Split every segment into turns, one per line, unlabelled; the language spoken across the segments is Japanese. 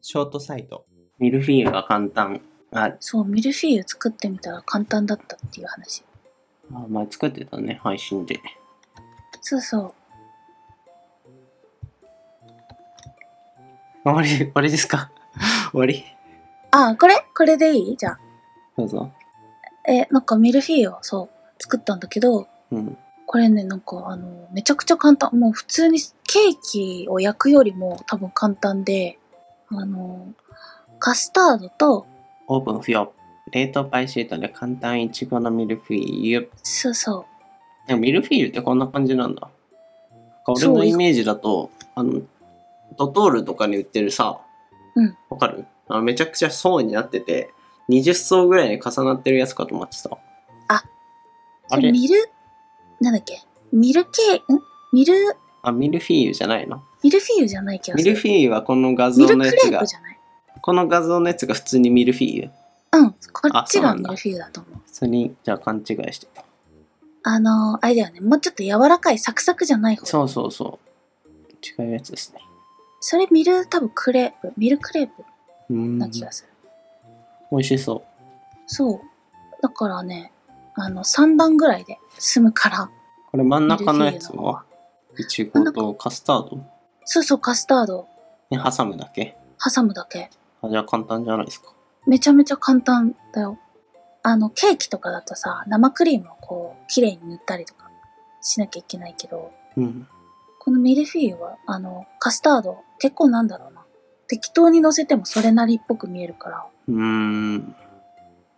ショートサイト。
ミルフィーユが簡単。あ、
そう、ミルフィーユ作ってみたら簡単だったっていう話。
あ前作ってたね、配信で。
そうそう。
終わり、終わりですか 終わり
あ、これこれでいいじゃあ。
どうぞ。
え、なんかミルフィーユをそう、作ったんだけど、
うん。
これね、なんかあの、めちゃくちゃ簡単。もう普通にケーキを焼くよりも多分簡単で、あの、カスタードと、
オープン不要。冷凍パイシートで簡単いちごのミルフィーユ。
そうそう。
でもミルフィーユってこんな感じなんだ。俺
そう
のイメージだと、あの、ドトールとかに売ってるさ、
うん
わかるあのめちゃくちゃ層になってて、20層ぐらいに重なってるやつかと思ってた。
あ、
あれ
ミル、なんだっけミルケー、んミル、
あ、ミルフィーユじゃないの
ミルフィーユじゃない気が
ミ
す
ル
る
フ。ィーユはこの画
ミ
像
ル
の
ク
や
レ
つ
ー
が
プ、じゃない
この画像のやつが普通にミルフィーユ。
うん、こっ
あそ
ち
うな
が
ん
ミ
だ
ルフィーユだと思う。
普通に、じゃあ勘違いしてた。
あのー、あれだよね。もうちょっと柔らかい、サクサクじゃない方。
そうそうそう。違うやつですね。
それミル、多分クレープ、ミルクレープ
うーん。
な
美
気がする。
味しそう。
そう。だからね、あの、3段ぐらいで済むから。
これ真ん中のやつ
ミルフィーユの
は、いちごとカスタード
そうそう、カスタード
ね、挟むだけ。
挟むだけ。
あじゃあ簡単じゃないですか。
めちゃめちゃ簡単だよ。あの、ケーキとかだとさ、生クリームをこう、綺麗に塗ったりとかしなきゃいけないけど、
うん。
このミルフィーユは、あの、カスタード、結構なんだろうな。適当に乗せてもそれなりっぽく見えるから、
うーん。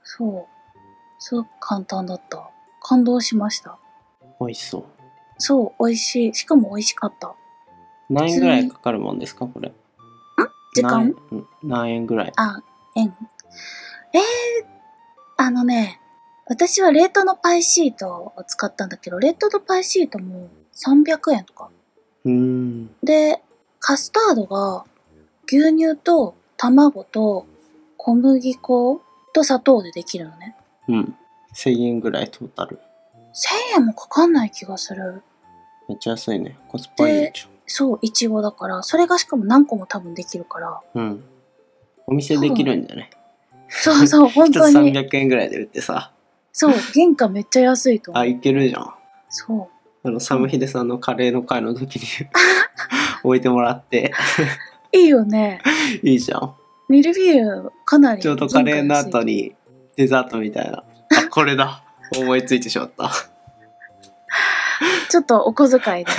そう。すごく簡単だった。感動しました。
美味しそう。
そう、美味しい。しかも美味しかった。
何円ぐらいかかるもんですか、これ。
時間
何円うん何円ぐらい
あ、円。えー、あのね、私は冷凍のパイシートを使ったんだけど、冷凍のパイシートも300円とか。
うーん。
で、カスタードが牛乳と卵と小麦粉と砂糖でできるのね。
うん。1000円ぐらいトータル。
1000円もかかんない気がする。
めっちゃ安いね。コスパいいでしょ。
そう、いちごだから、それがしかも何個も多分できるから。
うん。お店できるんじゃない
そうそう、本
一つ
当に。
300円ぐらいで売ってさ。
そう、原価めっちゃ安いと思
あ、
う。
いけるじゃん。
そう。
あの、サムヒデさんのカレーの会の時に 置いてもらって。
いいよね。
いいじゃん。
ミルフィーユかなり
ちょうどカレーの後
に
にデザートみたいな。あ、これだ。思いついてしまった。
ちょっとお小遣いで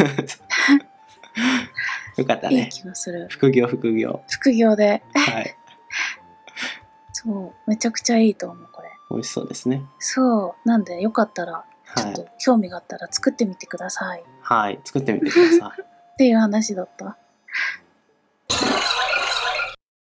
よかった
い い
ね。
気がする
副業、副業。
副業で
はい。
そうめちゃくちゃいいと思うこれ
美味しそうですね。
そうなんでよかったらちょ
は
っ
い。
と興味があったら作ってみてください
はい。作ってみてください。
っていう話だった